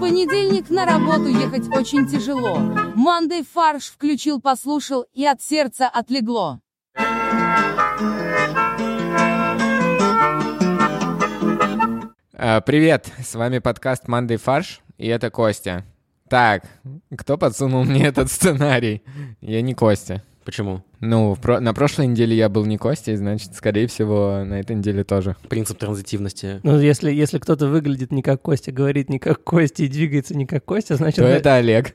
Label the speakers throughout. Speaker 1: понедельник на работу ехать очень тяжело. Мандей фарш включил, послушал, и от сердца отлегло.
Speaker 2: А, Привет, с вами подкаст «Мандай фарш», и это Костя. Так, кто подсунул мне этот сценарий? Я не Костя.
Speaker 3: Почему?
Speaker 2: Ну, в про- на прошлой неделе я был не Костя, и, значит, скорее всего, на этой неделе тоже.
Speaker 3: Принцип транзитивности.
Speaker 4: Ну, если, если кто-то выглядит не как Костя, говорит не как Костя и двигается не как Костя, значит,
Speaker 2: То это Олег.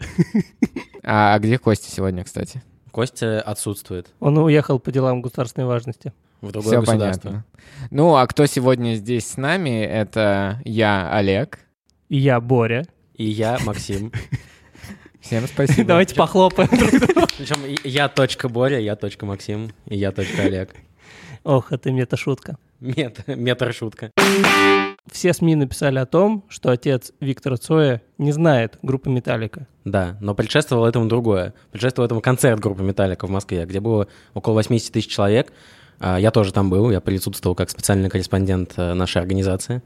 Speaker 2: А где Костя сегодня, кстати?
Speaker 3: Костя отсутствует
Speaker 4: он уехал по делам государственной важности.
Speaker 3: в другое
Speaker 2: Все
Speaker 3: государство.
Speaker 2: понятно. Ну, а кто сегодня здесь с нами, это я, Олег.
Speaker 4: И я Боря.
Speaker 3: И я, Максим.
Speaker 2: Всем спасибо.
Speaker 4: Давайте похлопаем.
Speaker 3: Причем и- я точка Боря, я точка Максим, и я точка Олег.
Speaker 4: Ох, это мета шутка.
Speaker 3: Мет- Метр-шутка.
Speaker 4: Все СМИ написали о том, что отец Виктора Цоя не знает группы «Металлика».
Speaker 3: Да, но предшествовало этому другое. Предшествовал этому концерт группы «Металлика» в Москве, где было около 80 тысяч человек. А, Я тоже там был, я присутствовал как специальный корреспондент э, нашей организации.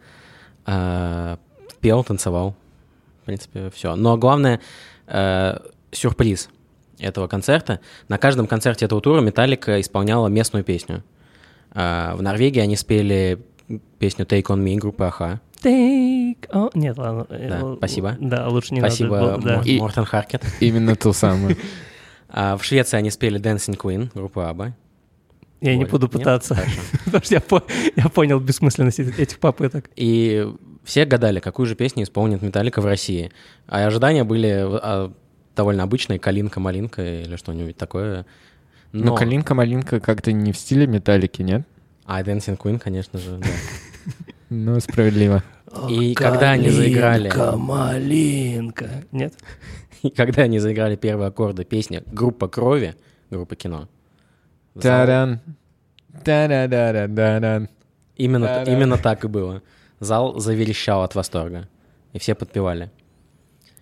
Speaker 3: А, Пел, танцевал. В принципе, все. Но главное, э, сюрприз этого концерта. На каждом концерте этого тура «Металлика» исполняла местную песню. А, В Норвегии они спели песню «Take on Me» группы «Аха».
Speaker 4: Take... on- Нет, ладно. э,
Speaker 3: Да,
Speaker 4: л-
Speaker 3: спасибо.
Speaker 4: Да, лучше не
Speaker 3: Спасибо,
Speaker 4: надо. было, да.
Speaker 3: Мор-
Speaker 2: И-
Speaker 3: Мортен Харкет.
Speaker 2: Именно ту самую.
Speaker 3: А в Швеции они спели Dancing Queen, группа Аба.
Speaker 4: Я не
Speaker 3: Боря.
Speaker 4: буду
Speaker 3: Нет?
Speaker 4: пытаться, потому что я по- я понял бессмысленность этих- этих попыток.
Speaker 3: И все гадали, какую же песню исполнит Металлика в России. А ожидания были а, довольно обычные, «Калинка-малинка» или что-нибудь такое. Но...
Speaker 2: Ну, Калинка-малинка как-то не в стиле металлики, нет?
Speaker 3: А Dancing Queen, конечно же, да.
Speaker 2: Ну, справедливо.
Speaker 3: И когда они заиграли?
Speaker 4: Калинка, малинка. Нет?
Speaker 3: И когда они заиграли первые аккорды песни «Группа крови», группа кино, зал-
Speaker 2: Таран. Таран.
Speaker 3: именно,
Speaker 2: Та-дам.
Speaker 3: именно так и было. Зал заверещал от восторга. И все подпевали.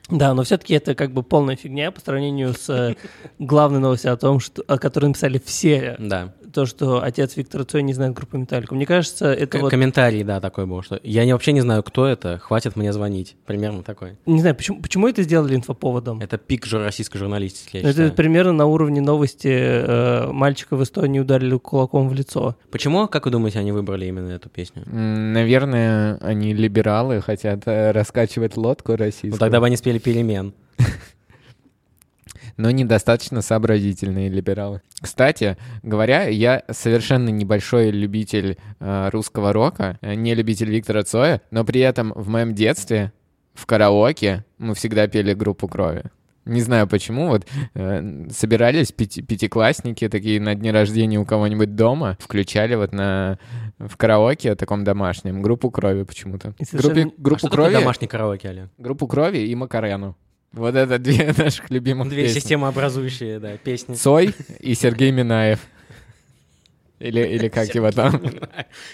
Speaker 4: Да, но все-таки это как бы полная фигня по сравнению с э, главной новостью о том, что, о которой написали все,
Speaker 3: Да.
Speaker 4: то, что отец Виктора Цоя не знает группы Металлика. Мне кажется, это
Speaker 3: К-
Speaker 4: вот...
Speaker 3: Комментарий, да, такой был, что я не, вообще не знаю, кто это, хватит мне звонить. Примерно такой.
Speaker 4: Не знаю, почему, почему это сделали инфоповодом?
Speaker 3: Это пик жур- российской журналистики, я
Speaker 4: Ну, это
Speaker 3: считаю.
Speaker 4: примерно на уровне новости э, мальчика в Эстонии ударили кулаком в лицо.
Speaker 3: Почему, как вы думаете, они выбрали именно эту песню?
Speaker 2: М, Наверное, они либералы, хотят э, раскачивать лодку российскую.
Speaker 3: Ну, тогда бы они спели «Перемен».
Speaker 2: Но недостаточно сообразительные либералы. Кстати говоря, я совершенно небольшой любитель э, русского рока, э, не любитель Виктора Цоя, но при этом в моем детстве в караоке мы всегда пели группу крови. Не знаю почему, вот э, собирались пяти- пятиклассники такие на дне рождения у кого-нибудь дома, включали вот на в караоке таком домашнем группу крови почему-то.
Speaker 4: И совершенно-
Speaker 2: Группе- группу
Speaker 3: а что такое
Speaker 2: крови,
Speaker 3: домашний караоке, Олег?
Speaker 2: группу крови и Макарену. Вот это две наших любимых
Speaker 3: Две
Speaker 2: песни.
Speaker 3: системообразующие, да, песни.
Speaker 2: Цой и Сергей Минаев. Или, или как его там.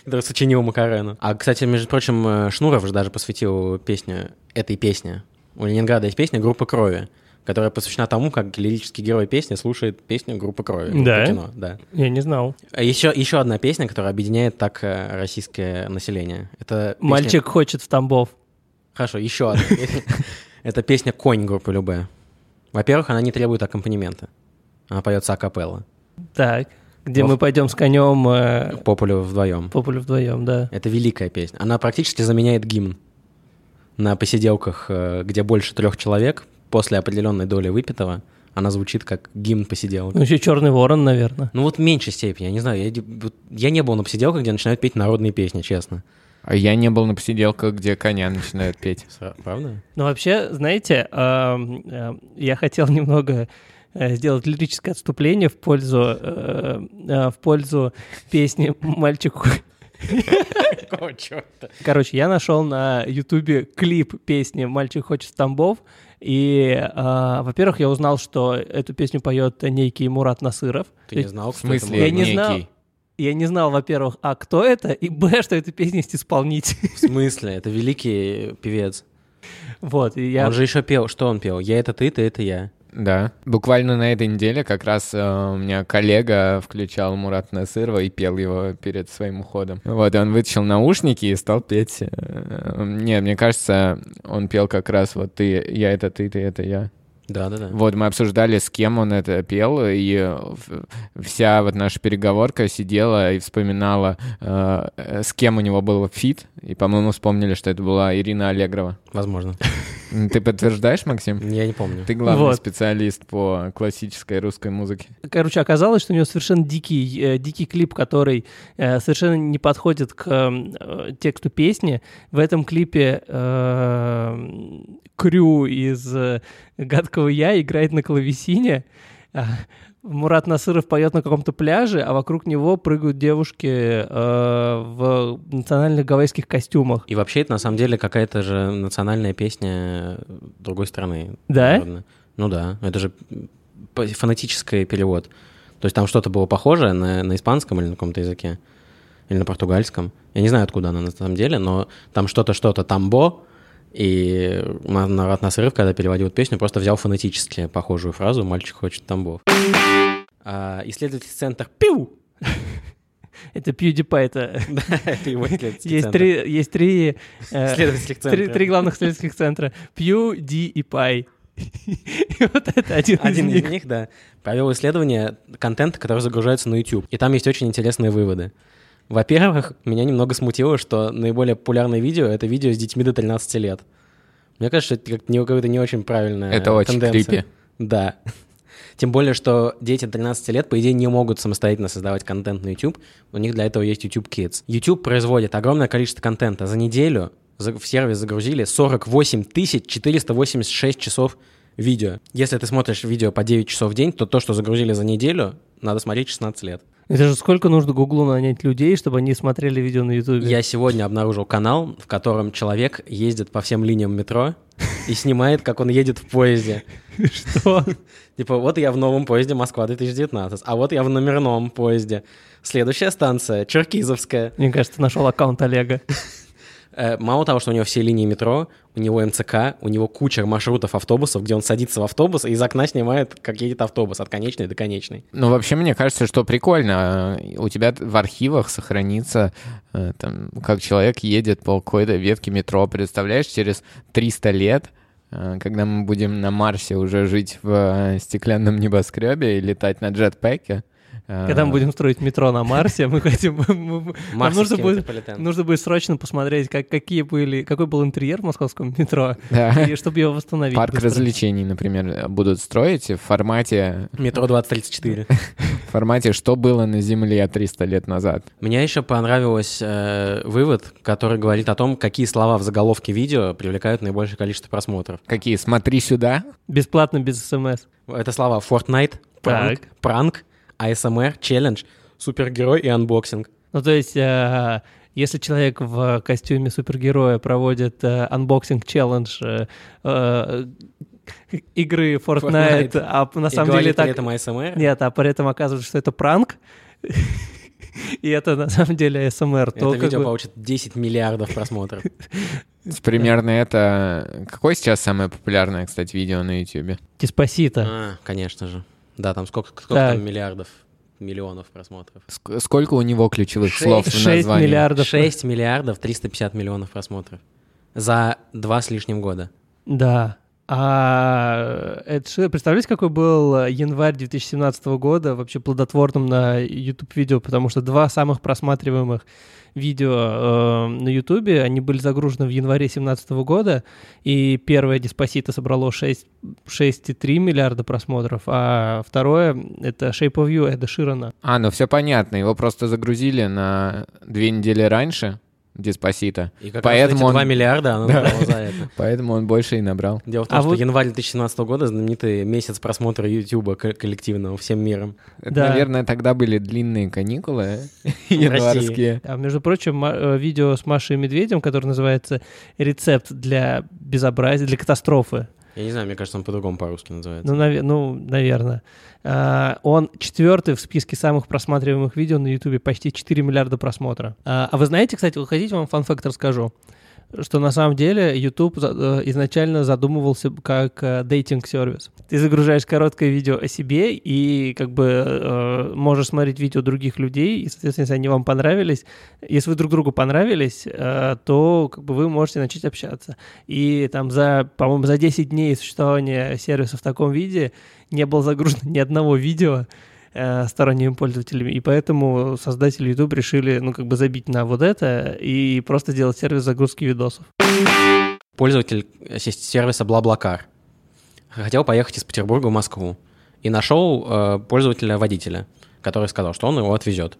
Speaker 3: Который сочинил Макарену. А, кстати, между прочим, э, Шнуров же даже посвятил песню этой песне. У Ленинграда есть песня «Группа крови», которая посвящена тому, как лирический герой песни слушает песню «Группа крови». группа
Speaker 4: Да?
Speaker 3: кино, да.
Speaker 4: Я не знал.
Speaker 3: А Еще, еще одна песня, которая объединяет так э, российское население. Это песня-
Speaker 4: Мальчик хочет в Тамбов.
Speaker 3: Хорошо, еще одна. песня. Это песня «Конь» группы Любэ. Во-первых, она не требует аккомпанемента. Она поется акапелла.
Speaker 4: Так, где
Speaker 3: Вов-
Speaker 4: мы пойдем с конем э,
Speaker 3: По полю вдвоем.
Speaker 4: по полю вдвоем, да.
Speaker 3: Это великая песня. Она практически заменяет гимн на посиделках, э, где больше трех человек. После определенной доли выпитого она звучит как гимн посиделок.
Speaker 4: Ну, еще черный ворон, наверное.
Speaker 3: Ну вот в меньшей степени, я не знаю, я, ди- вот я не был на посиделках, где начинают петь народные песни, честно.
Speaker 2: А я не был на посиделках, где коня начинают петь.
Speaker 3: Сра- Правда?
Speaker 4: Ну, вообще, знаете, эм, эм, я хотел немного э, сделать лирическое отступление в пользу, э, э, в пользу песни «Мальчик».
Speaker 3: Какого черта?
Speaker 4: Короче, я нашел на Ютубе клип песни «Мальчик хочет в Тамбов». И, э, во-первых, я узнал, что эту песню поет некий Мурат Насыров.
Speaker 3: Ты не знал,
Speaker 2: В
Speaker 3: кто это
Speaker 2: смысле,
Speaker 4: Я
Speaker 3: был?
Speaker 4: не знал.
Speaker 2: некий.
Speaker 4: Я не знал, во-первых, а кто это, и б, что эта песня есть исполнитель.
Speaker 3: В смысле? Это великий певец.
Speaker 4: Вот, и я...
Speaker 3: Он же еще пел. Что он пел? Я это ты, ты это я.
Speaker 2: Да. Буквально на этой неделе как раз э, у меня коллега включал Мурат Насырова и пел его перед своим уходом. Вот, и он вытащил наушники и стал петь. Э, не, мне кажется, он пел как раз вот «Ты, я это ты, ты это я».
Speaker 3: Да-да-да.
Speaker 2: Вот мы обсуждали, с кем он это пел, и э, в- вся вот наша переговорка сидела и вспоминала, э, э, с кем у него был фит, и, по-моему, вспомнили, что это была Ирина Аллегрова.
Speaker 3: Возможно.
Speaker 2: Ты подтверждаешь, Максим?
Speaker 3: Я не помню.
Speaker 2: Ты главный
Speaker 4: Вот.
Speaker 2: специалист по классической русской музыке.
Speaker 4: Короче, оказалось, что у него совершенно дикий, э, дикий клип, который э, совершенно не подходит к э, тексту песни. В этом клипе э, Крю из э, «Гадкого я» играет на клавесине. А, Мурат Насыров поет на каком-то пляже, а вокруг него прыгают девушки э, в национальных гавайских костюмах.
Speaker 3: И вообще это на самом деле какая-то же национальная песня другой страны.
Speaker 4: Да?
Speaker 3: наверное. Ну да, это же по- фонетический перевод. То есть там что-то было похожее на, на испанском или на каком-то языке, или на португальском. Я не знаю, откуда она на самом деле, но там что-то, что-то, тамбо, и на- Нарат Насыров, когда переводил эту песню, просто взял фонетически похожую фразу «Мальчик хочет тамбо». А, исследовательский центр «Пиу!»
Speaker 4: Это PewDiePie, это...
Speaker 3: Да, это его исследовательский
Speaker 4: Есть
Speaker 3: центр.
Speaker 4: три, есть три, э,
Speaker 3: Исследовательских
Speaker 4: три,
Speaker 3: центра.
Speaker 4: три главных исследовательских центра. Пью, Ди и Пай. И вот это один,
Speaker 3: Один
Speaker 4: из
Speaker 3: из
Speaker 4: них.
Speaker 3: них, да, провел исследование контента, который загружается на YouTube. И там есть очень интересные выводы. Во-первых, меня немного смутило, что наиболее популярное видео — это видео с детьми до 13 лет. Мне кажется, это как-то не, какая-то не очень правильная
Speaker 2: Это очень
Speaker 3: тенденция.
Speaker 2: creepy.
Speaker 3: Да. Тем более, что дети 13 лет, по идее, не могут самостоятельно создавать контент на YouTube. У них для этого есть YouTube Kids. YouTube производит огромное количество контента. За неделю за- в сервис загрузили 48 486 часов видео. Если ты смотришь видео по 9 часов в день, то то, что загрузили за неделю, надо смотреть 16 лет.
Speaker 4: Это же сколько нужно Гуглу нанять людей, чтобы они смотрели видео на Ютубе?
Speaker 3: Я сегодня обнаружил канал, в котором человек ездит по всем линиям метро и снимает, как он едет в поезде.
Speaker 4: Что?
Speaker 3: Типа, вот я в новом поезде Москва 2019, а вот я в номерном поезде. Следующая станция — Черкизовская.
Speaker 4: Мне кажется, нашел аккаунт Олега.
Speaker 3: Э, мало того, что у него все линии метро, у него МЦК, у него куча маршрутов автобусов, где он садится в автобус и из окна снимает, как едет автобус от конечной до конечной.
Speaker 2: Ну, вообще, мне кажется, что прикольно. э, У тебя в архивах сохранится, э, там, как человек едет по какой-то ветке метро. Представляешь, через 300 лет, э, когда мы будем на Марсе уже жить в э, стеклянном небоскребе и летать на джетпеке. э,
Speaker 4: Когда
Speaker 3: А.
Speaker 4: мы будем строить метро на Марсе, мы хотим... мы- мы- мы- Нам нужно
Speaker 3: Марсовский
Speaker 4: будет...
Speaker 3: метрополитен.
Speaker 4: Нужно будет срочно посмотреть, как, какие были, какой был интерьер в московском метро,
Speaker 2: да,
Speaker 4: и чтобы его восстановить.
Speaker 2: Парк
Speaker 4: быстро.
Speaker 2: развлечений, например, будут строить в формате,
Speaker 3: Метро 2034.
Speaker 2: в формате, что было на Земле 300 лет назад.
Speaker 3: Мне еще понравился вывод, который говорит о том, какие слова в заголовке видео привлекают наибольшее количество просмотров.
Speaker 2: Какие? Смотри сюда.
Speaker 4: Бесплатно, без СМС.
Speaker 3: Это слова Fortnite, пранк, пранк, ASMR, челлендж, супергерой и анбоксинг.
Speaker 4: Ну, то есть, э, если человек в костюме супергероя проводит э, анбоксинг-челлендж э, э, игры Fortnite,
Speaker 3: Fortnite.
Speaker 4: а на
Speaker 3: И
Speaker 4: самом деле
Speaker 3: говорит
Speaker 4: так...
Speaker 3: при этом ASMR.
Speaker 4: Нет, а при этом оказывается, что это пранк, и это на самом деле СМР.
Speaker 3: Это видео получит 10 миллиардов просмотров.
Speaker 2: Примерно это... э, Какое сейчас самое популярное, кстати, видео на YouTube?
Speaker 4: Диспосита.
Speaker 3: А, конечно же. Да, там сколько, сколько
Speaker 4: Так.
Speaker 3: там миллиардов, миллионов просмотров?
Speaker 2: Ск- Сколько у него ключевых слов в
Speaker 4: 6
Speaker 2: названии?
Speaker 4: миллиардов.
Speaker 3: 6 миллиардов 350 миллионов просмотров. За два с лишним года.
Speaker 4: Да. А Эд Шир- представляете, какой был январь 2017 года вообще плодотворным на YouTube-видео, потому что два самых просматриваемых видео э, на YouTube, они были загружены в январе 2017 года, и первое «Деспасито» собрало 6 6,3 миллиарда просмотров, а второе — это «Shape of You» Эда Ширана.
Speaker 2: А, ну все понятно. Его просто загрузили на две недели раньше, Диспосита.
Speaker 3: И как
Speaker 2: Поэтому
Speaker 3: раз эти
Speaker 2: он-
Speaker 3: 2 миллиарда она набрала за это.
Speaker 2: Поэтому он больше и набрал.
Speaker 3: Дело в том,
Speaker 4: А
Speaker 3: что
Speaker 4: вот-
Speaker 3: январь 2017 года знаменитый месяц просмотра Ютуба ко- коллективного всем миром.
Speaker 2: Это,
Speaker 4: Да.
Speaker 2: наверное, тогда были длинные каникулы э, январские.
Speaker 4: А, между прочим, ма- э, видео с Машей Медведем, которое называется «Рецепт для безобразия, для катастрофы»,
Speaker 3: Я не знаю, мне кажется, он по-другому по-русски называется.
Speaker 4: Ну, наве- ну, наверное. А, Он четвертый в списке самых просматриваемых видео на Ютубе, почти 4 миллиарда просмотра. А а вы знаете, кстати, вы хотите, вам фанфакт расскажу? что на самом деле YouTube за- э, изначально задумывался как э, дейтинг-сервис. Ты загружаешь короткое видео о себе и как бы э, можешь смотреть видео других людей, и, соответственно, если они вам понравились, если вы друг другу понравились, э, то как бы вы можете начать общаться. И там за, по-моему, за 10 дней существования сервиса в таком виде не было загружено ни одного видео, э, сторонними пользователями. И поэтому создатели YouTube решили, ну, как бы забить на вот это и просто делать сервис загрузки видосов.
Speaker 3: Пользователь э, сис- сервиса Блаблакар хотел поехать из Петербурга в Москву и нашел э, пользователя-водителя, который сказал, что он его отвезет.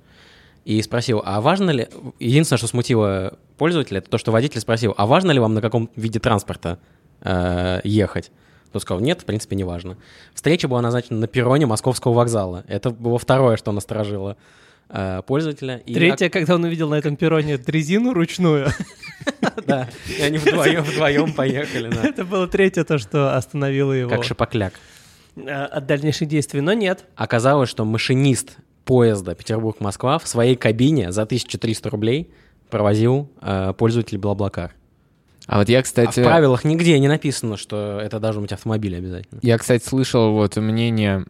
Speaker 3: И спросил, а важно ли... Единственное, что смутило пользователя, это то, что водитель спросил, а важно ли вам на каком виде транспорта э, ехать? Тот сказал, нет, в принципе, не важно. Встреча была назначена на перроне Московского вокзала. Это было второе, что насторожило э, пользователя. И
Speaker 4: Третье, когда он увидел на этом перроне дрезину ручную,
Speaker 3: ак- Да, и они вдвоем, вдвоем поехали. да.
Speaker 4: это было третье то, что остановило его
Speaker 3: Как шипокляк.
Speaker 4: э, от дальнейших действий. Но нет,
Speaker 3: Оказалось, что машинист поезда Петербург-Москва в своей кабине за 1300 рублей провозил э, пользователей Блаблакар.
Speaker 2: А вот я,
Speaker 3: А в
Speaker 2: кстати...
Speaker 3: правилах нигде не написано, что это должен быть автомобиль обязательно.
Speaker 2: Я, кстати, слышал вот мнение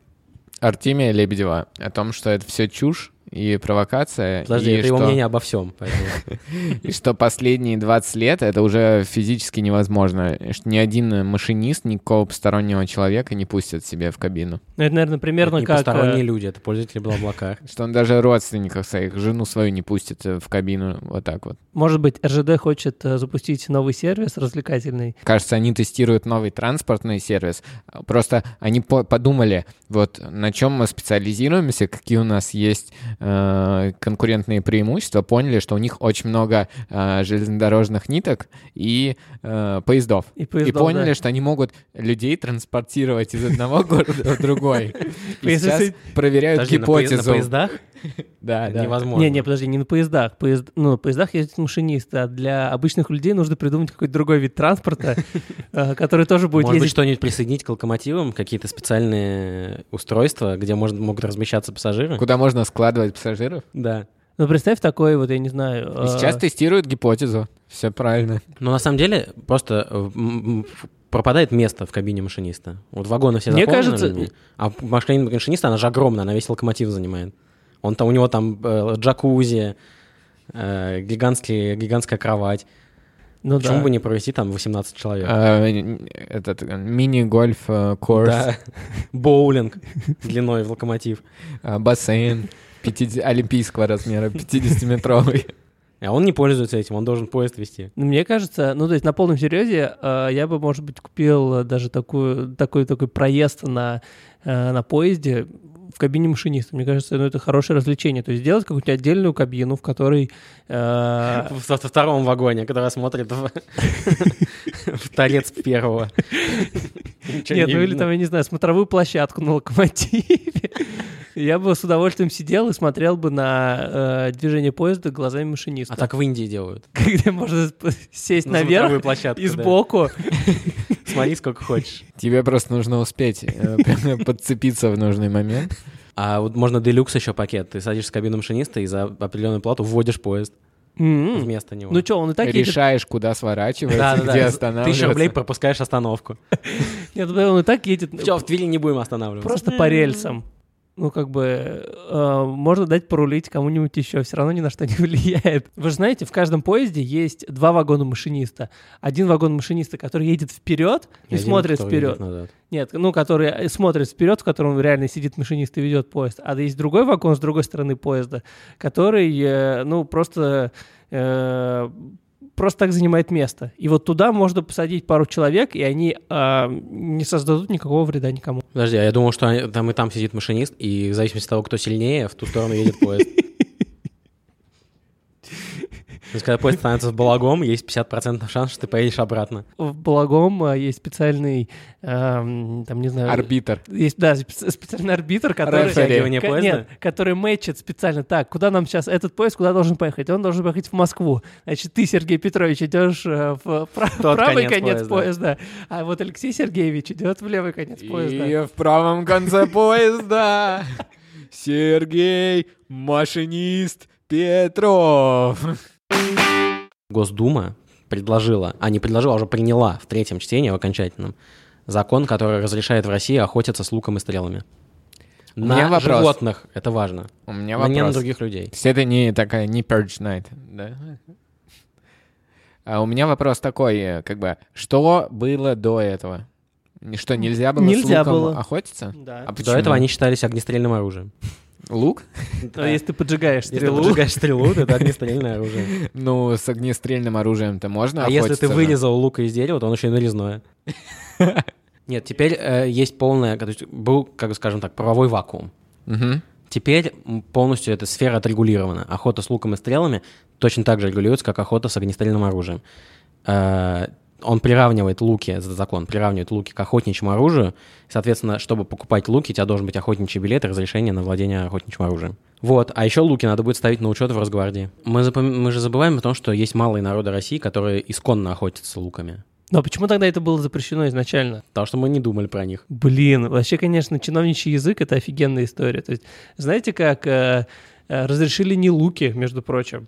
Speaker 2: Артемия Лебедева о том, что это все чушь и провокация.
Speaker 3: Подожди,
Speaker 2: и
Speaker 3: это
Speaker 2: что,
Speaker 3: его мнение обо всем. поэтому.
Speaker 2: и что последние 20 лет это уже физически невозможно. и Что ни один машинист, никакого постороннего человека не пустят себе в кабину.
Speaker 4: ну это, наверное, примерно
Speaker 3: Это не
Speaker 4: как... э,
Speaker 3: посторонние люди, это пользователи Блаблакар.
Speaker 2: Что он даже родственников своих, жену свою не пустит э, в кабину вот так вот.
Speaker 4: Может быть, РЖД хочет э, запустить новый сервис развлекательный.
Speaker 2: Кажется, они тестируют новый транспортный сервис. А, Просто они по- подумали, вот на чем мы специализируемся, какие у нас есть э, конкурентные преимущества, поняли, что у них очень много э, железнодорожных ниток и э, поездов.
Speaker 4: И,
Speaker 2: И
Speaker 4: поездов,
Speaker 2: поняли,
Speaker 4: да.
Speaker 2: что они могут людей транспортировать из одного города в другой. И
Speaker 4: Если
Speaker 2: сейчас
Speaker 4: ты-
Speaker 2: проверяют
Speaker 3: Подожди, на поезд- на
Speaker 2: гипотезу.
Speaker 3: поездах
Speaker 2: Да, да.
Speaker 3: невозможно.
Speaker 4: Не, не, подожди, не на поездах. Поезд... Ну, на поездах ездят машинисты, а для обычных людей нужно придумать какой-то другой вид транспорта, э, который тоже будет
Speaker 3: Может быть,
Speaker 4: ездить.
Speaker 3: что-нибудь присоединить к локомотивам, какие-то специальные устройства, где может- могут размещаться пассажиры?
Speaker 2: Куда можно складывать пассажиров?
Speaker 3: Да.
Speaker 4: Ну, представь такой вот, я не знаю...
Speaker 2: И сейчас
Speaker 4: э,
Speaker 2: тестируют гипотезу. Все правильно.
Speaker 3: Но на самом деле просто э, м- м- пропадает место в кабине машиниста. Вот вагоны все
Speaker 4: Мне
Speaker 3: заполнены
Speaker 4: кажется-
Speaker 3: людьми, а машина машиниста, она же огромная, она весь локомотив занимает. Он там, у него там э, джакузи, э, гигантский, гигантская кровать.
Speaker 4: Ну,
Speaker 3: Почему
Speaker 4: да. А,
Speaker 3: бы не провести там 18 человек?
Speaker 2: Э, Этот э, мини-гольф э, корс,
Speaker 3: Да. Боулинг длиной в локомотив.
Speaker 2: э, бассейн 50 олимпийского размера, 50-метровый.
Speaker 3: А он не пользуется этим, он должен поезд вести.
Speaker 4: Ну, Мне кажется, ну, то есть на полном серьезе э, я бы, может быть, купил э, даже такую, такой, такой проезд на, э, на поезде в кабине машиниста. Мне кажется, ну, это хорошее развлечение. То есть сделать какую-нибудь отдельную кабину, в которой... э,
Speaker 3: В- Во втором вагоне, который смотрит в в торец первого. Ничего
Speaker 4: Нет,
Speaker 3: не
Speaker 4: ну или
Speaker 3: видно.
Speaker 4: там, я не знаю, смотровую площадку на локомотиве. Я бы с удовольствием сидел и смотрел бы на э, движение поезда глазами машиниста.
Speaker 3: А так в Индии делают.
Speaker 4: Где можно сп- сесть
Speaker 3: На
Speaker 4: наверх
Speaker 3: смотровую площадку,
Speaker 4: и
Speaker 3: да.
Speaker 4: сбоку.
Speaker 3: Смотри, сколько хочешь.
Speaker 2: Тебе просто нужно успеть э, прям подцепиться в нужный момент.
Speaker 3: А вот можно делюкс еще пакет. Ты садишься в кабину машиниста и за определенную плату вводишь поезд
Speaker 4: М-м.
Speaker 3: вместо него.
Speaker 4: Ну что, он и так едет
Speaker 2: Решаешь, куда сворачивать, где
Speaker 3: Тысяча рублей
Speaker 2: останавливаться.
Speaker 3: пропускаешь остановку.
Speaker 4: Нет, он и так едет
Speaker 3: Все, в Твиле не будем останавливаться.
Speaker 4: просто по рельсам. Ну, как бы, э, можно дать порулить кому-нибудь еще, все равно ни на что не влияет. Вы же знаете, в каждом поезде есть два вагона машиниста. Один вагон машиниста, который едет вперед и
Speaker 3: Один,
Speaker 4: смотрит
Speaker 3: который
Speaker 4: вперед.
Speaker 3: идет назад.
Speaker 4: Нет, ну, который э, смотрит вперед, в котором реально сидит машинист и ведет поезд. А есть другой вагон с другой стороны поезда, который, э, ну, просто, э, просто так занимает место. И вот туда можно посадить пару человек, и они э, не создадут никакого вреда никому.
Speaker 3: Подожди, а я думал, что они- там и там сидит машинист, и в зависимости от того, кто сильнее, в ту сторону едет поезд. То есть, когда поезд становится в балагом, есть 50% шанс, что ты поедешь обратно.
Speaker 4: В Благом э, есть специальный, эм, там, не знаю...
Speaker 2: Арбитр.
Speaker 4: Есть, да, спе- специальный арбитр, который...
Speaker 3: Рефери.
Speaker 4: Ко- Нет, который мэчит специально так, куда нам сейчас этот поезд, куда должен поехать? Он должен поехать в Москву. Значит, ты, Сергей Петрович, идешь э, в пра-
Speaker 3: Тот
Speaker 4: правый
Speaker 3: конец
Speaker 4: конец
Speaker 3: поезда.
Speaker 4: поезда, а вот Алексей Сергеевич идет в левый конец поезда.
Speaker 2: И в правом конце поезда Сергей, машинист Петров.
Speaker 3: Госдума предложила, а не предложила, а уже приняла в третьем чтении, в окончательном, закон, который разрешает в России охотиться с луком и стрелами.
Speaker 2: У
Speaker 3: на
Speaker 2: меня вопрос.
Speaker 3: животных, это важно.
Speaker 2: У меня
Speaker 3: но не на
Speaker 2: вопрос.
Speaker 3: других людей.
Speaker 2: То есть это не такая, не Purge Night, да? А у меня вопрос такой, э, как бы, что было до этого? Ни- Что, нельзя было
Speaker 4: Нельзя
Speaker 2: с луком
Speaker 4: было.
Speaker 2: охотиться?
Speaker 4: Да.
Speaker 2: А
Speaker 3: До этого они считались огнестрельным оружием.
Speaker 2: Лук?
Speaker 4: Но если ты поджигаешь
Speaker 3: Если ты
Speaker 4: стрелу,
Speaker 3: поджигаешь стрелу, то это огнестрельное оружие.
Speaker 2: Ну, с огнестрельным оружием-то можно
Speaker 3: А если ты
Speaker 2: охотиться же?
Speaker 3: вырезал лук из дерева, то он еще и нарезное. Нет, теперь э, есть полное, то есть был, как бы скажем так, правовой вакуум.
Speaker 2: Мгм.
Speaker 3: Теперь м, полностью эта сфера отрегулирована. Охота с луком и стрелами точно так же регулируется, как охота с огнестрельным оружием. Э, Он приравнивает луки, этот закон приравнивает луки к охотничьему оружию. Соответственно, чтобы покупать луки, у тебя должен быть охотничий билет и разрешение на владение охотничьим оружием. Вот, а еще луки надо будет ставить на учет в Росгвардии. Мы, запом- мы же забываем о том, что есть малые народы России, которые исконно охотятся луками.
Speaker 4: Но почему тогда это было запрещено изначально?
Speaker 3: Потому что мы не думали про них.
Speaker 4: Блин, вообще, конечно, чиновничий язык — это офигенная история. То есть, знаете, как э, э, разрешили не луки, между прочим,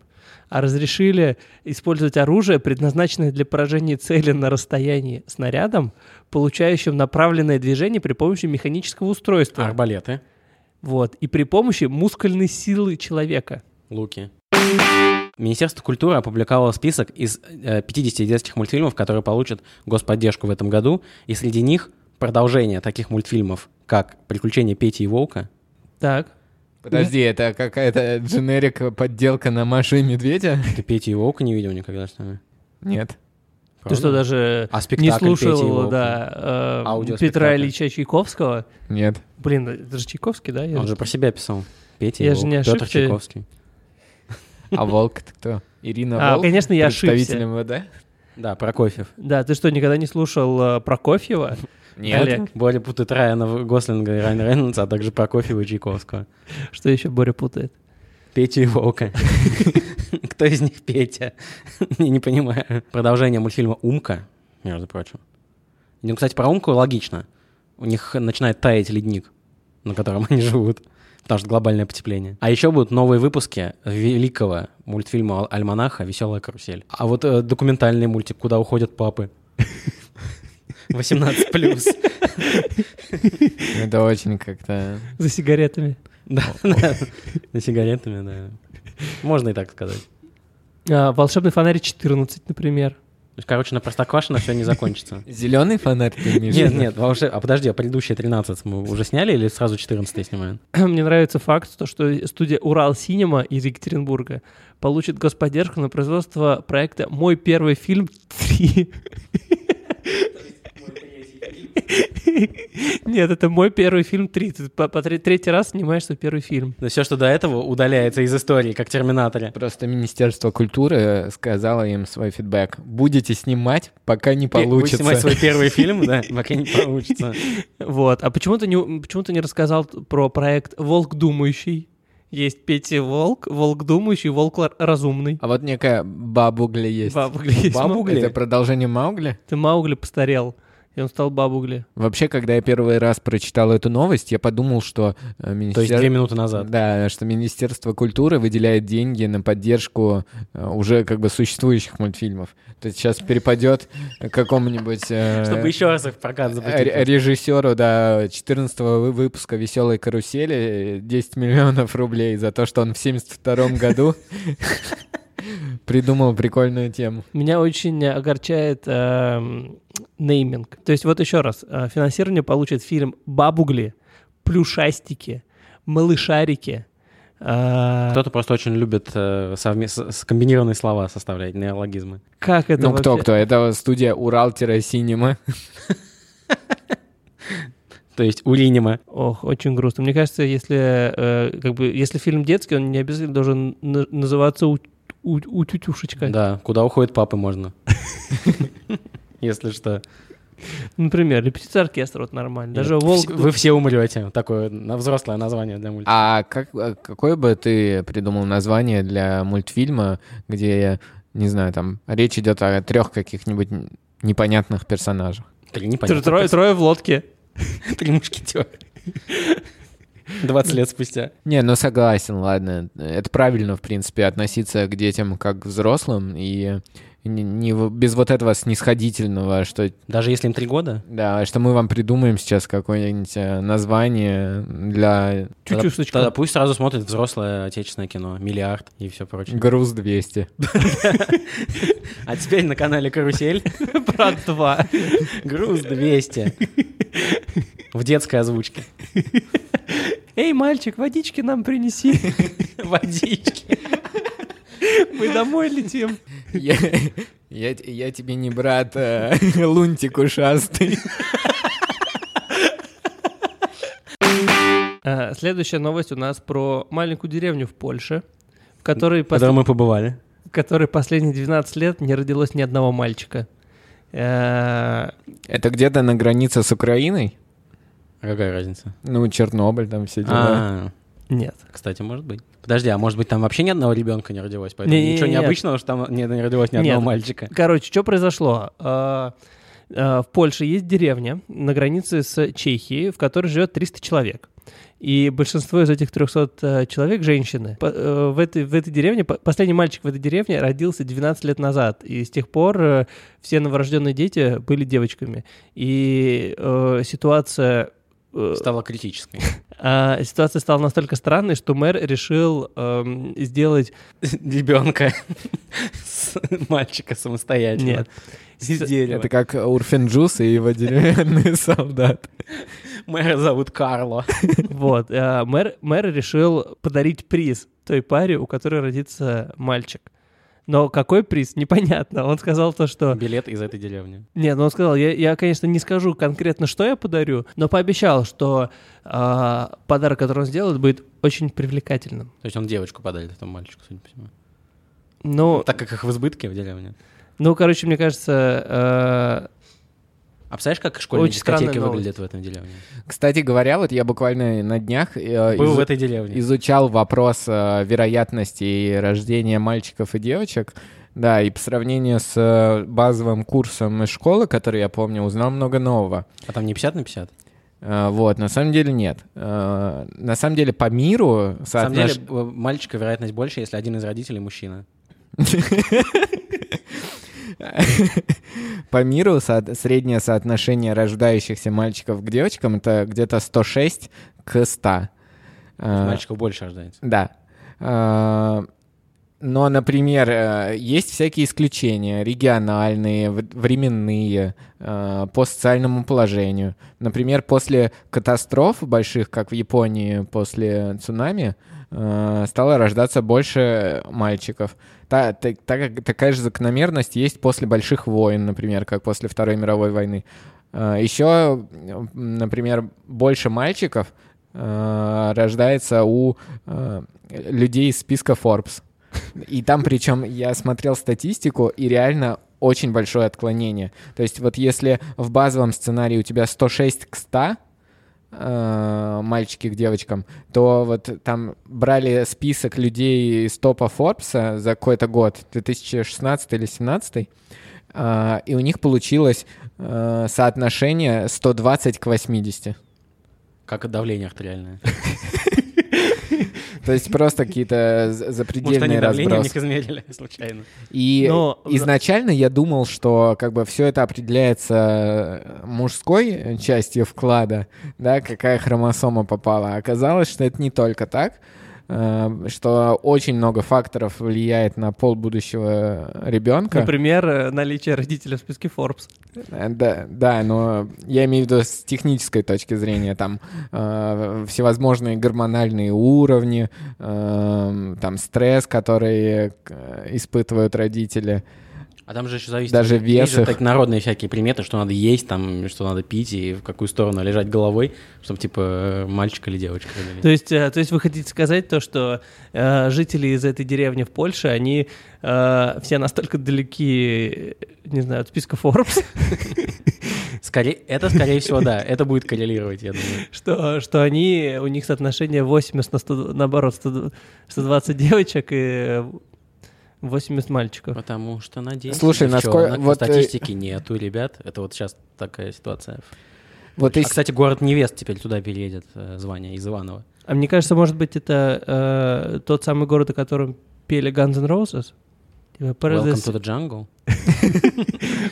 Speaker 4: а разрешили использовать оружие, предназначенное для поражения цели на расстоянии снарядом, получающим направленное движение при помощи механического устройства.
Speaker 3: Арбалеты,
Speaker 4: Вот. И при помощи мускульной силы человека.
Speaker 3: луки. Министерство культуры опубликовало список из э, 50 детских мультфильмов, которые получат господдержку в этом году, и среди них продолжение таких мультфильмов, как «Приключения Пети и Волка».
Speaker 4: Так.
Speaker 2: Подожди, это какая-то дженерик э, подделка на Машу и Медведя?
Speaker 3: Ты Пети и Волка не видел никогда, что ли?
Speaker 2: Нет.
Speaker 3: Правда?
Speaker 4: Ты что, даже
Speaker 3: А
Speaker 4: не
Speaker 3: спектакль «Петя и
Speaker 4: слушал
Speaker 3: Волк»?
Speaker 4: да, э,
Speaker 3: Аудиоспектакль.
Speaker 4: Петра Ильича Чайковского?
Speaker 2: Нет.
Speaker 4: Блин, это же Чайковский, да? Я
Speaker 3: Он
Speaker 4: же-
Speaker 3: же про себя писал. Петя
Speaker 4: Я
Speaker 3: и
Speaker 4: же
Speaker 3: Волк.
Speaker 4: не
Speaker 3: Петр
Speaker 4: ошибся.
Speaker 3: Чайковский.
Speaker 2: А волк то кто? Ирина
Speaker 4: А,
Speaker 2: Волк?
Speaker 4: конечно, я ошибся.
Speaker 2: Представитель МВД?
Speaker 3: Да, Прокофьев.
Speaker 4: Да, ты что, никогда не слушал э, Прокофьева? Олег.
Speaker 3: Боря путает Райана Гослинга и Райана Рейнольдса, а также Прокофьева и Чайковского.
Speaker 4: Что еще Боря путает?
Speaker 3: Петя и Волка. Кто из них Петя? Я не понимаю. Продолжение мультфильма «Умка», между прочим. Ну, кстати, про «Умку» логично. У них начинает таять ледник, на котором они живут. Потому что глобальное потепление. А еще будут новые выпуски великого мультфильма «Альманаха. Веселая карусель». А вот э, документальный мультик «Куда уходят папы». 18 плюс.
Speaker 2: Это очень как-то...
Speaker 4: За сигаретами.
Speaker 3: Да, да. За сигаретами, да. Можно и так сказать.
Speaker 4: А, Волшебный фонарь 14, например.
Speaker 3: То есть, короче, на Простоквашино все не закончится.
Speaker 2: Зеленый фонарь ты имеешь в
Speaker 3: Нет,
Speaker 2: виду?
Speaker 3: нет, волше- а подожди, а предыдущие 13 мы уже сняли или сразу 14 снимаем?
Speaker 4: Мне нравится факт, то, что студия «Урал Синема» из Екатеринбурга получит господдержку на производство проекта «Мой первый фильм 3». Нет, это «Мой первый фильм 3». Ты по, по тре- третий раз снимаешь свой первый фильм.
Speaker 3: Да все, что до этого, удаляется из истории, как Терминаторе.
Speaker 2: Просто Министерство культуры сказало им свой фидбэк. Будете снимать, пока не получится.
Speaker 3: Будешь снимать свой первый фильм, да, пока не получится.
Speaker 4: Вот. А почему ты не, у- почему ты не рассказал т- про проект «Волк думающий»? Есть Петя Волк, Волк думающий, Волк ла- разумный.
Speaker 2: А вот некая бабугля есть.
Speaker 4: Бабугли есть.
Speaker 3: Бабугли?
Speaker 2: Это продолжение Маугли?
Speaker 4: Ты Маугли постарел, и он стал Бабугли.
Speaker 2: Вообще, когда я первый раз прочитал эту новость, я подумал, что э,
Speaker 3: То есть две
Speaker 2: министерство...
Speaker 3: минуты назад.
Speaker 2: Да, что Министерство культуры выделяет деньги на поддержку э, уже как бы существующих мультфильмов. То есть сейчас перепадет какому-нибудь э,
Speaker 3: Чтобы еще раз их в прокат
Speaker 2: ре-
Speaker 3: запустить.
Speaker 2: режиссеру до 14 выпуска «Веселой карусели» э, 10 миллионов рублей за то, что он в 72 году придумал прикольную тему.
Speaker 4: Меня очень э, огорчает эм, нейминг. То есть вот еще раз, э, финансирование получит фильм «Бабугли», «Плюшастики», «Малышарики». э,
Speaker 3: Кто-то просто очень любит э, совме- с- с- комбинированные слова составлять, неологизмы.
Speaker 4: Как это
Speaker 2: Ну,
Speaker 4: вообще?
Speaker 2: кто-кто? Это студия «Урал-синема».
Speaker 3: То есть уринима.
Speaker 4: Ох, очень грустно. Мне кажется, если, э, как бы, если фильм детский, он не обязательно должен на- называться у, у, «Утютюшечка».
Speaker 3: Да, куда уходят папы можно. Если что.
Speaker 4: Ну, Например, «Репетиция оркестра» вот нормально. Даже
Speaker 3: Нет,
Speaker 4: «Волк».
Speaker 3: вс- Вы все умрете. Такое на- взрослое название для мультика.
Speaker 2: А как, а какое бы ты придумал название для мультфильма, где, не знаю, там речь идет о трех каких-нибудь н- непонятных персонажах?
Speaker 3: Три
Speaker 4: Тр-
Speaker 3: непонятных
Speaker 4: Трое, трое в лодке.
Speaker 3: Три мушкетера. 20 лет спустя.
Speaker 2: Не, ну согласен, ладно. Это правильно, в принципе, относиться к детям как к взрослым и не- не в- без вот этого снисходительного, что
Speaker 3: Даже если им три года,
Speaker 2: да, что мы вам придумаем сейчас какое-нибудь э, название для
Speaker 3: тогда-
Speaker 4: Чучусочка.
Speaker 3: тогда пусть сразу смотрят взрослое отечественное кино, миллиард и все прочее.
Speaker 2: груз 200.
Speaker 3: А теперь на канале «Карусель»
Speaker 4: Брат 2.
Speaker 3: груз 200 в детской озвучке.
Speaker 4: Эй, мальчик, водички нам принеси.
Speaker 3: Водички.
Speaker 4: Мы домой летим.
Speaker 2: Я, я т- я тебе не брат, а лунтик ушастый.
Speaker 4: А, Следующая новость у нас про маленькую деревню в Польше, в которой,
Speaker 3: В
Speaker 4: пос-
Speaker 3: котором мы побывали.
Speaker 4: в которой последние 12 лет не родилось ни одного мальчика. Э,
Speaker 2: Это где-то на границе с Украиной?
Speaker 3: А Какая разница?
Speaker 2: Ну, Чернобыль, там все дела.
Speaker 3: А,
Speaker 4: Нет.
Speaker 3: Кстати, может быть. Подожди, а может быть там вообще ни одного ребенка не родилось, поэтому
Speaker 4: Не-не-не.
Speaker 3: ничего необычного, что там не, не родилось ни
Speaker 4: Нет.
Speaker 3: одного мальчика.
Speaker 4: Короче, что произошло? Э, э, В Польше есть деревня на границе с Чехией, в которой живет 300 человек. И большинство из этих 300 э, человек — женщины. По- э, В этой, в этой деревне, по- последний мальчик в этой деревне родился 12 лет назад. И с тех пор э, все новорожденные дети были девочками. И э, ситуация... э,
Speaker 3: Стало критической.
Speaker 4: а, ситуация стала настолько странной, что мэр решил эм, сделать...
Speaker 3: Ребенка с мальчика самостоятельно.
Speaker 4: Нет.
Speaker 3: Из
Speaker 4: С-
Speaker 3: дерева.
Speaker 2: Это как Урфинджус и его деревянный солдат.
Speaker 3: Мэра зовут Карло.
Speaker 4: Вот, э, мэр, мэр решил подарить приз той паре, у которой родится мальчик. Но какой приз, непонятно. Он сказал то, что...
Speaker 3: Билет из этой деревни.
Speaker 4: Нет, ну он сказал, я, я, конечно, не скажу конкретно, что я подарю, но пообещал, что э, подарок, который он сделает, будет очень привлекательным.
Speaker 3: То есть он девочку подарит этому мальчику, судя по всему.
Speaker 4: Ну,
Speaker 3: Так как их в избытке в деревне.
Speaker 4: ну короче, мне кажется, э,
Speaker 3: А представляешь, как школьные
Speaker 4: Очень странная
Speaker 3: дискотеки
Speaker 4: новость.
Speaker 3: выглядят в этом деревне?
Speaker 2: Кстати говоря, вот я буквально на днях э,
Speaker 3: Был
Speaker 2: из-
Speaker 3: в этой деревне.
Speaker 2: изучал вопрос э, вероятности рождения мальчиков и девочек. Да, и по сравнению с э, базовым курсом из школы, который я помню, узнал много нового.
Speaker 3: А там не 50 на 50?
Speaker 2: Э, Вот, на самом деле нет. Э, На самом деле по миру
Speaker 3: На самом
Speaker 2: соотнош-
Speaker 3: деле, у мальчика вероятность больше, если один из родителей мужчина.
Speaker 2: по миру со- среднее соотношение рождающихся мальчиков к девочкам это где-то 106 к 100.
Speaker 4: А.
Speaker 3: Мальчика
Speaker 2: Э,
Speaker 3: Мальчиков больше рождается.
Speaker 2: Да. А, Но, например, э, есть всякие исключения, региональные, в- временные, э, по социальному положению. Например, после катастроф больших, как в Японии после цунами, э, стало рождаться больше мальчиков. Та- та- та- такая же закономерность есть после больших войн, например, как после Второй мировой войны. Еще, Э, например, больше мальчиков э, рождается у э, людей из списка Forbes. И там, причем, я смотрел статистику, и реально очень большое отклонение. То есть вот если в базовом сценарии у тебя 106 к 100, э, мальчики к девочкам, то вот там брали список людей из топа Форбса за какой-то год, 2016 или 2017, э, и у них получилось э, соотношение 120 к 80.
Speaker 3: Как и давление артериальное.
Speaker 2: То есть просто какие-то з-
Speaker 3: Может, они
Speaker 2: запредельные
Speaker 3: давление у них
Speaker 2: разбросы.
Speaker 3: измерили случайно.
Speaker 2: И
Speaker 4: Но-
Speaker 2: изначально я думал, что как бы все это определяется э, мужской частью вклада, да, какая хромосома попала. Оказалось, что это не только так, э, что очень много факторов влияет на пол будущего ребенка.
Speaker 4: например, э, наличие родителя в списке Forbes.
Speaker 2: Э, Да, да, но я имею в виду с технической точки зрения, там э, всевозможные гормональные уровни, э, там стресс, который э, испытывают родители.
Speaker 3: А там же еще зависит...
Speaker 2: Даже
Speaker 3: от- есть
Speaker 2: вес
Speaker 3: же
Speaker 2: их.
Speaker 3: так народные всякие приметы, что надо есть, там, что надо пить и в какую сторону лежать головой, чтобы, типа, мальчик или девочка. родились.
Speaker 4: То есть, э, то есть вы хотите сказать то, что э, жители из этой деревни в Польше, они э, все настолько далеки, э, не знаю, от списка Forbes,
Speaker 3: Скорее, это, скорее всего, да. Это будет коррелировать, я думаю.
Speaker 4: что, что они, у них соотношение 80 на 100, наоборот, 100, 120 девочек и 80 мальчиков.
Speaker 3: Потому что надеюсь. а
Speaker 2: Слушай, насколько- вот, э,
Speaker 3: статистики нету, ребят. Это вот сейчас такая ситуация.
Speaker 2: Вот
Speaker 3: А,
Speaker 2: если-
Speaker 3: кстати, город невест теперь туда переедет э, звание из Иванова.
Speaker 4: А мне кажется, может быть, это э, тот самый город, о котором пели Guns N' Roses? Э,
Speaker 3: Welcome to
Speaker 4: Paradise
Speaker 3: the jungle.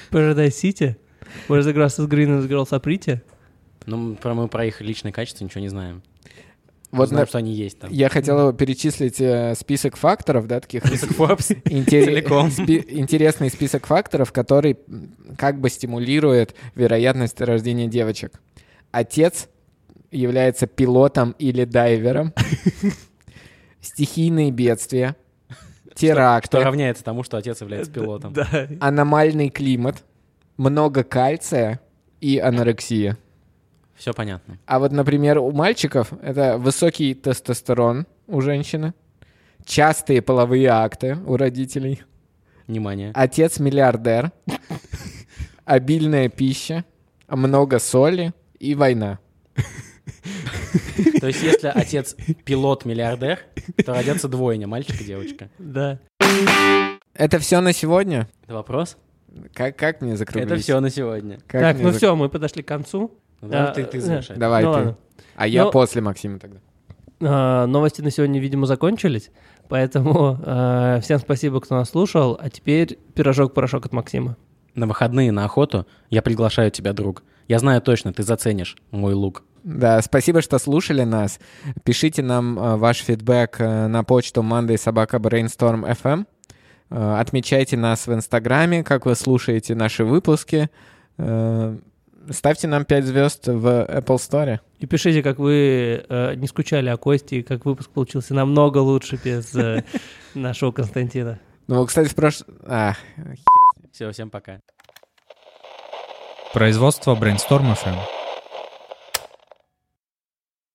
Speaker 4: Paradise City? Where the grass is green and the girls are pretty?
Speaker 3: Ну, про, мы про их личное качество ничего не знаем. Мы
Speaker 2: Вот
Speaker 3: знаем,
Speaker 2: на-
Speaker 3: что они есть там.
Speaker 2: я хотел перечислить э, список факторов, да, таких
Speaker 3: Фобс.
Speaker 2: Интере-
Speaker 3: Целиком.
Speaker 2: спи- интересный список факторов, который м, как бы стимулирует вероятность рождения девочек. Отец является пилотом или дайвером. Стихийные бедствия.
Speaker 3: Что
Speaker 2: Теракты. Э,
Speaker 3: равняется тому, что отец является пилотом.
Speaker 4: Да.
Speaker 2: Аномальный климат. Много кальция и анорексия.
Speaker 3: Все понятно.
Speaker 2: А вот, например, у мальчиков это высокий тестостерон у женщины, частые половые акты у родителей,
Speaker 3: Внимание.
Speaker 2: отец миллиардер, обильная пища, много соли и война.
Speaker 3: То есть, если отец пилот-миллиардер, то родятся двойня, мальчик и девочка.
Speaker 4: Да.
Speaker 2: Это все на сегодня?
Speaker 3: Это вопрос?
Speaker 2: Как, как мне закруглить?
Speaker 3: Это все на сегодня.
Speaker 2: Как
Speaker 4: так,
Speaker 2: мне
Speaker 4: ну
Speaker 2: зак-
Speaker 4: все, мы подошли к концу.
Speaker 3: Ну, давай
Speaker 4: А,
Speaker 3: ты,
Speaker 2: э,
Speaker 3: ты
Speaker 4: да.
Speaker 3: завершай.
Speaker 2: Давай
Speaker 4: Ну
Speaker 2: ты.
Speaker 4: ладно.
Speaker 2: А я
Speaker 4: Ну-
Speaker 2: после Максима тогда.
Speaker 4: А, Новости на сегодня, видимо, закончились, поэтому а, всем спасибо, кто нас слушал. А теперь пирожок-порошок от Максима.
Speaker 3: На выходные на охоту я приглашаю тебя, друг. Я знаю точно, ты заценишь мой лук.
Speaker 2: Да, спасибо, что слушали нас. Пишите нам э, ваш фидбэк э, на почту mandaysobakabrainstorm.fm. эм. Э, Отмечайте нас в Инстаграме, как вы слушаете наши выпуски. Э, Ставьте нам 5 звезд в Apple Store.
Speaker 4: И пишите, как вы э, не скучали о Косте, и как выпуск получился намного лучше без э, нашего Константина.
Speaker 2: Ну, кстати, в А, прошлом...
Speaker 3: Все, всем пока.
Speaker 5: Производство Brainstorm FM.